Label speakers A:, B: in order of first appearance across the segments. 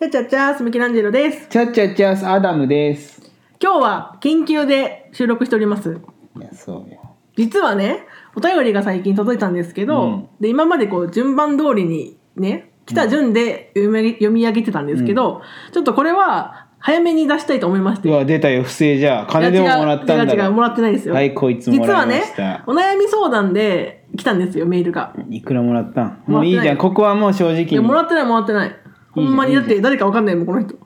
A: チャチャチャースミキランジェロです。
B: チャッチャッチャスアダムです。
A: 今日は緊急で収録しております。
B: いや、そうよ。
A: 実はね、お便りが最近届いたんですけど、
B: うん
A: で今までこう順番通りにね、来た順で読み上げ読み上げてたんですけど、ちょっとこれは早めに出したいと思いまして。
B: うわ、出たよ、不正じゃあ。金でも
A: いや違う
B: もらったんだ
A: 違う違う、も
B: ろ。
A: らってないですよ。
B: はいこいつもらいました
A: 実はね、お悩み相談で来たんですよ、メールが。
B: いくらもらったん
A: も
B: も
A: らってないう
B: いいじゃん。ここはもう正直
A: いや、もら
B: に。
A: ってない、もらってない。ほんまに、
B: いい
A: だ
B: じ
A: っ
B: ゃん
A: て誰かわかんないもん、この人。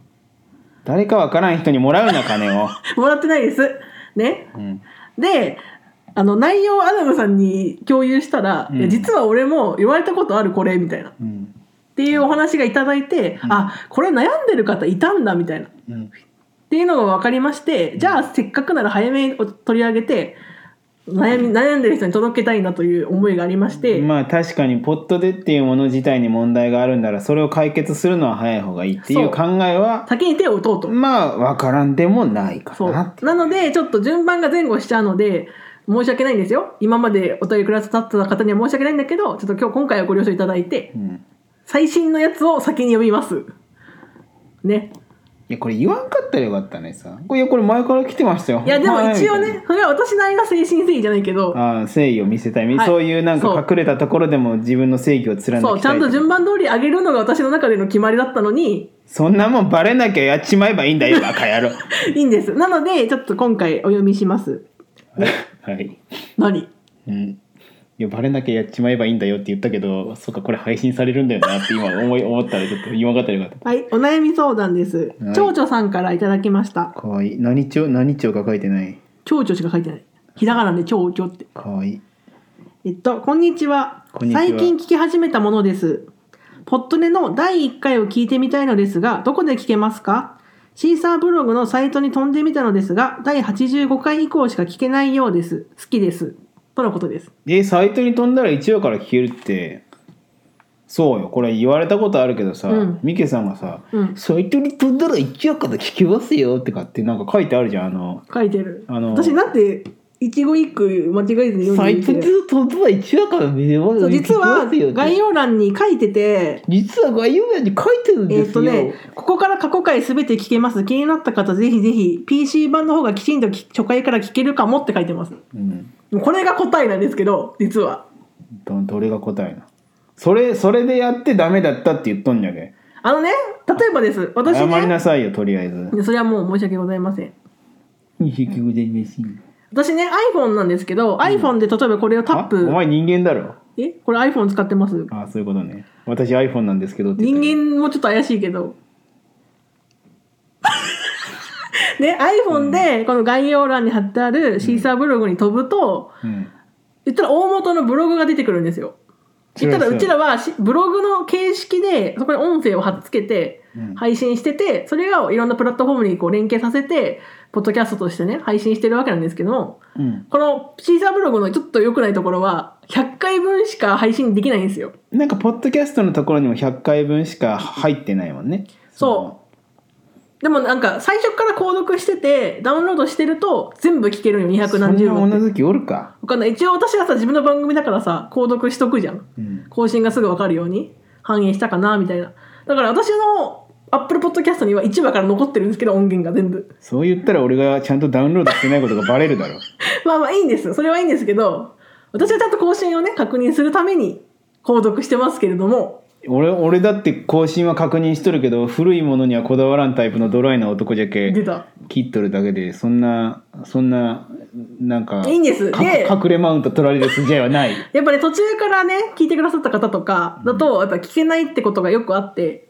B: 誰かわからん人にもらうな、金を。
A: もらってないです。ね。
B: うん。
A: であの内容をアダムさんに共有したら、
B: うん
A: いや実は俺も言われたことあるこれみたいなっ
B: うん。
A: ていうお話がいただいて、あこれ悩んでる方いたんだみたいなっ
B: うん。
A: ていうのが分かりましてじゃあせっかくなら早めに取り上げて悩み悩んでる人に届けたいなという思いがありまして、
B: まあ確かにポットでっていうもの自体に問題があるんならそれを解決するのは早い方がいいっていう
A: そう
B: 考えは
A: 先に手を打とうと。
B: まあわからんでもないか
A: そう
B: なっ
A: な
B: て
A: のでちょっと順番が前後しちゃうので申し訳ないんですよ今までお便りくださった方には申し訳ないんだけどちょっと今日今回はご了承いただいて
B: う、ん、
A: 最新のやつを先に読みますね
B: いやこれ言わんかったらよかったねさこれいやこれ前から来てましたよ
A: いやでも
B: はい
A: 一応
B: みたい
A: ねそれは私なりの精神誠意じゃないけど
B: なああ誠意を見せたい、
A: はい
B: そういうなん
A: そ
B: か
A: う
B: 隠れたところでも自分の正義を貫きたい
A: そうちゃんと順
B: 番
A: 番通り上げるのが私の中での決まりだったの に
B: そんなもんバレなきゃやっちまえばいいん だよバカ野郎
A: いいんですなのでちょっと今回お読みします
B: はい、
A: 何
B: うん、いやバレなきゃやっちまえばいいんだよって言ったけどそっかこれ配信されるんだよなって今思い思ったらちょっと言わんかったらよかっ
A: はいお悩み相談です、
B: はい
A: 蝶々さんからいただきました
B: たかわいい何帳何帳か書いてない
A: 蝶々しか書いてないひらがなで蝶々って
B: かわいい
A: えっと、こんにちは。
B: こんにちは
A: 最近聞き始めたものです。ポットネの第1回を聞いてみたいのですが、どこで聞けますかシーサーブログのサイトに飛んでみたのですが、第85回以降しか聞けないようです。好きです。とのことです。
B: でサイトに飛んだら1話から聞けるってそうよこれ言われたことあるけどさ、
A: うん
B: ミケさんがさ、
A: うん
B: サイトに飛んだら1話から聞けますよ」ってかってなんか書いてあるじゃんあの
A: 書いてる。
B: あの
A: 私なんて、一語一句間違えずに
B: サ
A: 読ん
B: イ
A: で
B: トに
A: みてる。
B: 飛んだら1話から見れます
A: そ
B: よ
A: う実は
B: 聞けます
A: 概
B: よって
A: 要欄に書いてて、
B: 実は概要欄に書いてるん
A: え
B: で
A: っ
B: す
A: と
B: よ、
A: ね、ここから過去回すべて聞けます。気になった方、ぜひぜひ、PC 版の方がきちんとき初回から聞けるかもって書いてます。
B: うん、
A: もうこれが答えなんですけど実は
B: どどれが答えなそれそれでやってダメだったって言っとんじゃけ
A: あのね例えばです私
B: 謝り
A: ね
B: なさいよとりあえず
A: いやそれはもう申し訳ございません私ね iPhone なんですけど、iPhone で例えばこれをタッ
B: あお
A: プ
B: 前人間だろ
A: えこれ iPhone 使ってます
B: あそういうことね私 iPhone なんですけどって言ったけど
A: 人間もちょっと怪しいけど ね iPhone でこの概要欄に貼ってあるシーサーブログに飛ぶと、
B: うん
A: 言ったら大元のブログが出てくるんですよ言ったらうちらはしブログの形式でそこに音声を貼っつけて
B: うん
A: 配信しててそれがいろんなプラットフォームにこう連携させてポッドキャストとしてね配信してるわけなんですけども
B: うん、
A: このシーサーブログのちょっと良くないところは100回分しか配信できないんですよ
B: なんかポッドキャストのところにも100回分しか入ってないもんね
A: そでもなんか最初から購読しててダウンロードしてると全部聞けるよ200
B: そんな
A: 何十分って
B: 女好きおるか、
A: わかんない一応私はさ自分の番組だからさ購読しとくじゃん
B: うん、
A: 更新がすぐ分かるように反映したかなみたいなだから私のアップルポッドキャストには1話から残ってるんですけど音源が全部
B: そう言ったら俺がちゃんとダウンロードしてないことがバレるだろ
A: まあまあいいんですそれはいいんですけど私はちゃんと更新をね確認するために購読してますけれども
B: 俺俺だって更新は確認しとるけど古いものにはこだわらんタイプのドライな男じゃけ
A: 出た
B: 切っとるだけでそんなそんななんか
A: いいんです
B: か
A: で
B: 隠れマウント取られる筋合いはない
A: やっぱね途中からね聞いてくださった方とかだとやっぱ聞けないってことがよくあって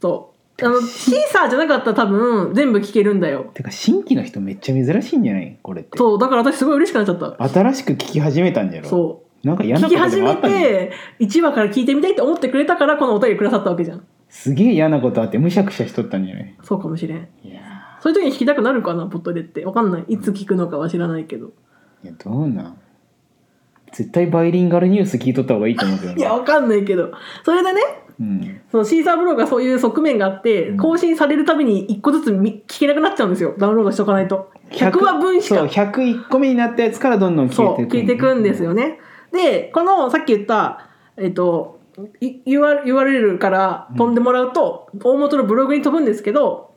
A: そうあのシーサーじゃなかったら多分全部聞けるんだよ
B: てか新規の人めっちゃ珍しいんじゃないこれって
A: そうだから私すごい嬉しくなっちゃった
B: 新しく聞き始めたんじゃろ
A: そう
B: なんか嫌
A: 聞
B: な
A: き
B: ことで
A: 始
B: もあ
A: め
B: ったんじゃろ
A: て1話から聞いてみたいって思ってくれたからこのお便りくださったわけじゃん
B: すげえ嫌なことあってむしゃくしゃしとったんじゃない
A: そうかもしれん
B: いや
A: そういう時に聞きたくなるかなポットでってわかんないいつ聞くのかは知らないけど
B: ーいやどうなん絶対バイリンガルニュース聞いとった方がいいと思うけど
A: い
B: ね
A: やわかんないけどそれでね
B: うん、
A: そのシーサーブログがそういう側面があって
B: うん
A: 更新されるたびに1個ずつみ聞けなくなっちゃうんですよダウンロードしとかないと100話分し
B: そう
A: か
B: 101個目になったやつからどんどん
A: そ
B: 消
A: う
B: えていく
A: 聞いてくんですよねでこのさっき言ったえっとい UR URL から飛んでもらうと、大元のブログに飛ぶんですけど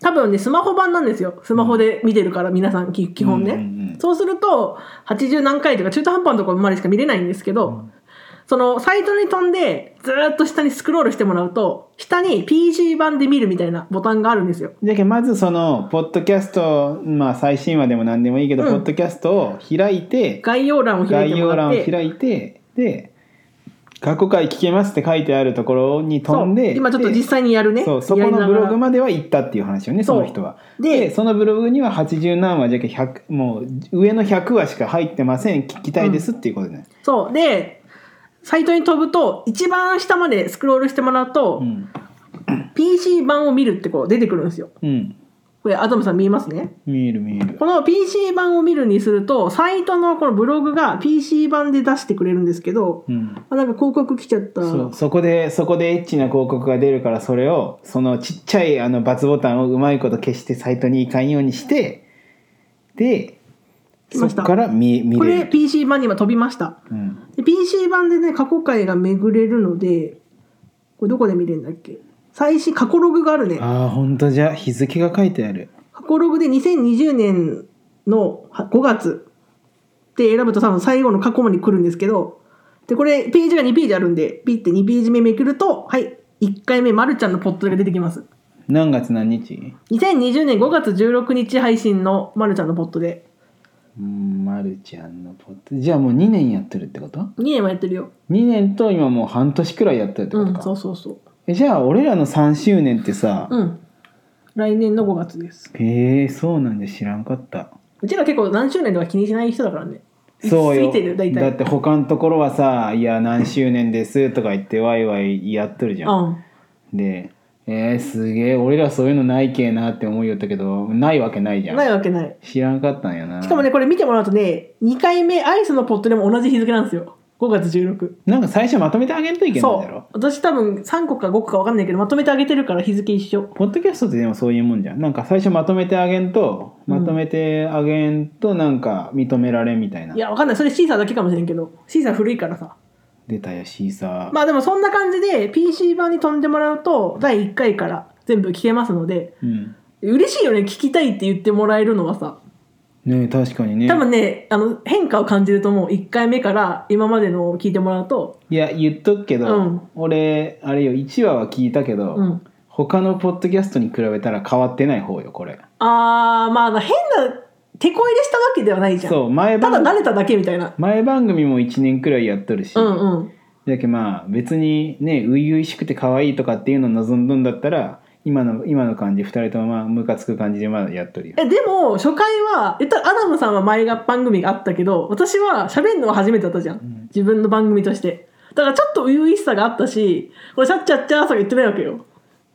A: 多分ねスマホ版なんですよスマホで見てるから皆さんき基本ね、
B: うんうんうん
A: そうすると80何回とか中途半端なところまでしか見れないんですけど、
B: うん
A: そのサイトに飛んでずーっと下にスクロールしてもらうと下に PG 版で見るみたいなボタンがあるんですよ
B: じゃけんまずそのポッドキャストまあ最新話でも何でもいいけど、
A: うん
B: ポッドキャストを開いて
A: 概要欄を開いて
B: 概
A: も
B: 要
A: ら
B: 欄
A: っ
B: を
A: て
B: 開いてで「過去回聞けます」って書いてあるところに飛
A: そ
B: んで
A: う今ちょっと
B: で
A: 実際にやるね
B: そうそこのブログ
A: も
B: までは行ったっていう話よねそ
A: そう
B: の人は
A: で
B: でそのブログには80何話じゃけ100もう上の100話しか入ってません聞きたいですっていうことね、
A: そうでサイトに飛ぶと一番下までスクロールしてもらうと、
B: うん
A: PC 版を見るってこう出てくるんですよ
B: うん、
A: これアトムさん見えますね
B: 見える見える
A: この PC 版を見るにするとサイトのこのブログが PC 版で出してくれるんですけど、
B: うん
A: あなんか広告来ちゃった
B: そうそこでそこでエッチな広告が出るからそれをそのちっちゃいあの×ボタンをうまいこと消してサイトに行かんようにしてで
A: 来
B: そ
A: ま
B: こ
A: した
B: から見見
A: こ
B: れ
A: れ
B: る、
A: PC 版に今飛びました
B: うん、
A: で PC 版でね過去回が巡れるのでこれどこで見れるんだっけ最新過去ログがあるね
B: ああほんとじゃ日付が書いてある
A: 過去ログで2020年の5月で選ぶと多分最後の過去まで来るんですけどでこれページが2ページあるんでピッて2ページ目めくるとはい1回目まるちゃんのポットが出てきます
B: 何月何日
A: 2020年5月16日配信のまるちゃんのポットで
B: うんまるちゃんのポッドじゃあもう2年やってるってこと
A: 2年はやってるよ、
B: 2年と今もう半年くらいやってるってこ
A: う
B: と
A: ん
B: か、
A: そうそうそう
B: えじゃあ俺らの3周年ってさ、
A: うん来年の5月です
B: へえそうなんで知らんかった
A: うちら結構何周年とか気にしない人だからね
B: そう
A: 過
B: よ
A: ぎてる大体
B: だって他のところはさ「いや何周年です」とか言ってワイワイやっとるじゃん、
A: うん
B: でえー、すげえ俺らそういうのないけえなって思いよったけどないわけないじゃん
A: ないわけない
B: 知らんかったんやな
A: しかもねこれ見てもらうとね2回目アイスのポットでも同じ日付なんですよ5月16
B: なんか最初まとめてあげんといけない
A: そ
B: んだ
A: う
B: ろ
A: 私多分3個か5個か分かんないけどまとめてあげてるから日付一緒
B: ポッドキャストってでもそういうもんじゃんなんか最初まとめてあげんと
A: うん
B: まとめてあげんとなんか認められんみたいな、
A: いや分かんないそれシーサーだけかもしれんけどシーサー古いからさ
B: 出たよシーサー、
A: まあでもそんな感じで PC 版に飛んでもらうと第1回から全部聞けますので
B: うん
A: 嬉しいよね聞きたいって言ってもらえるのはさ
B: ねえ確かにね
A: 多分ねあの変化を感じると思う1回目から今までのを聞いてもらうと
B: いや言っとくけど、
A: うん
B: 俺あれよ1話は聞いたけど、
A: うん
B: 他のポッドキャストに比べたら変わってない方よこれ
A: あーまあ変な手こ入れしたわけではないじゃん
B: そう前
A: ただ
B: 番
A: 慣れただけみたいな
B: 前番組も1年くらいやっとるし、
A: うんうん
B: だけどまあ別にね初々しくて可愛いとかっていうのを望んどんだったら今の今の感じ2人ともまあムカつく感じでまだやっとるよ
A: えでも初回は言ったらアダムさんは前が番組があったけど私は喋るのは初めてだったじゃん、
B: ん
A: 自分の番組としてだからちょっと初々しさがあったしこれシャッチャッチャーとか言ってないわけよ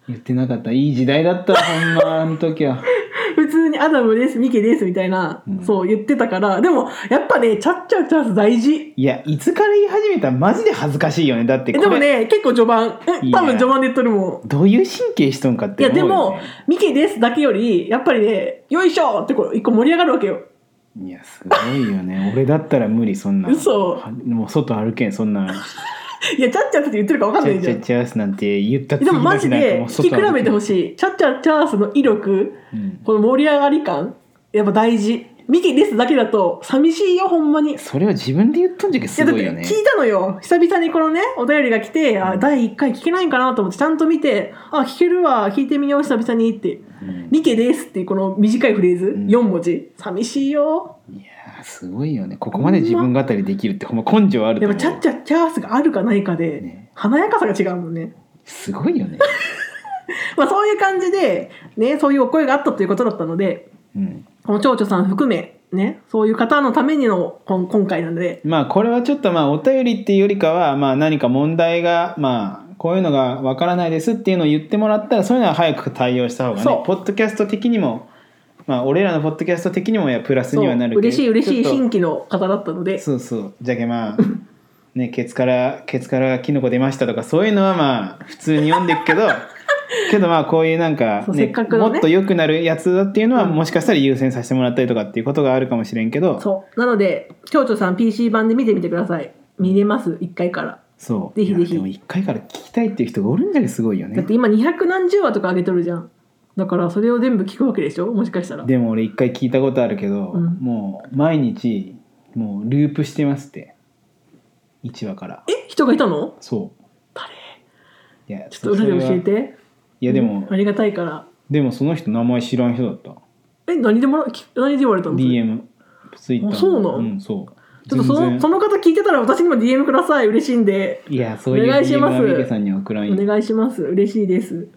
B: 言ってなかったいい時代だったほんまあの時は
A: 普通に「アダムですミケです」みたいな、
B: うん
A: そう言ってたからでもやっぱねチャッチャッチャー大事
B: いやいつから言い始めたらマジで恥ずかしいよねだって
A: え
B: こ
A: で
B: れ
A: もね結構序盤え
B: いや
A: 多分序盤で言っとるもん
B: どういう神経しとんかっ
A: い
B: て
A: や
B: 思う
A: で
B: よ、ね、
A: も「ミケです」だけよりやっぱりね「よいしょ!」ってこう一個盛り上がるわけよ
B: いやすごいよね俺だったら無理そんな
A: 嘘
B: はもう外歩けんそんない
A: やチャッチャーって言ってるか分かん
B: チ
A: ない
B: ャ
A: じ
B: チ
A: ゃん
B: ャチャスなんて言った
A: でもマジ
B: なんか
A: で
B: もう
A: 聞き比
B: 外歩けん
A: べてほしい。チャッチャッチャースの威力、
B: うん
A: この盛り上がり感、やっぱ大事。ミキですだけだと寂しいよ、ほんまに。い
B: それは自分で言っとんじゃけす
A: やだっ
B: ご
A: て
B: いよね
A: 聞いたのよ久々にこのねお便りが来てあ第1回聞けないんかなと思ってちゃんと見てあ聞けるわ聞いてみよう久々にって
B: う
A: 「
B: ん
A: ミケです」っていうこの短いフレーズ、
B: ん
A: 4文字寂しいよ
B: いやーすごいよねここまで自分語りできるってほんま根性あると
A: やっ
B: 思
A: ぱ
B: う
A: チャッチャッチャースがあるかないかで、
B: ね
A: 華やかさが違うもんね
B: すごいよね、
A: まあそういう感じでねそういうお声があったということだったので
B: うん、
A: この蝶々さん含め、ね、そういう方のためにのこん今回なので、
B: まあこれはちょっとまあお便りっていうよりかはまあ何か問題がまあこういうのがわからないですっていうのを言ってもらったらそういうのは早く対応した方がね
A: そう
B: ポッドキャスト的にもまあ俺らのポッドキャスト的にもいやプラス
A: そう
B: にはなるけど
A: 嬉しい嬉しい
B: ちょっと
A: 新規の方だったので、
B: そうそうじゃけまあねケツからケツからキノコ出ましたとかそういうのはまあ普通に読んでいく けどけどまあこういうなんか、
A: そう
B: ね
A: せっかくのね
B: もっと良くなるやつだっていうのは、
A: うん
B: もしかしたら優先させてもらったりとかっていうことがあるかもしれんけど
A: そうなので蝶々さん PC 版で見てみてください見れます1回から
B: そう
A: ぜひぜひ
B: いやでも1回から聞きたいっていう人がおるんだけどすごいよ
A: だ
B: ね
A: って今200何十話とか上げとるじゃんだからそれを全部聞くわけでしょもしかしたら
B: でも俺1回聞いたことあるけど、
A: うん
B: もう毎日もうループしてますって1話から
A: え人がいたの
B: そう
A: 誰
B: いや
A: ちょっと裏で教え
B: い
A: て
B: やでも、
A: ありがたいから
B: でもその人名前知らん人だった
A: え何でもらき何で言われたのそれ
B: DM ツイッター
A: あそうなの
B: んそう
A: ちょっとそ
B: 全
A: の
B: 然
A: その方聞いてたら私にも DM ください嬉しいんで
B: いやそういう
A: お願いし
B: DM
A: ます
B: はミケさんには送らん
A: お
B: よ
A: 願いします嬉しいです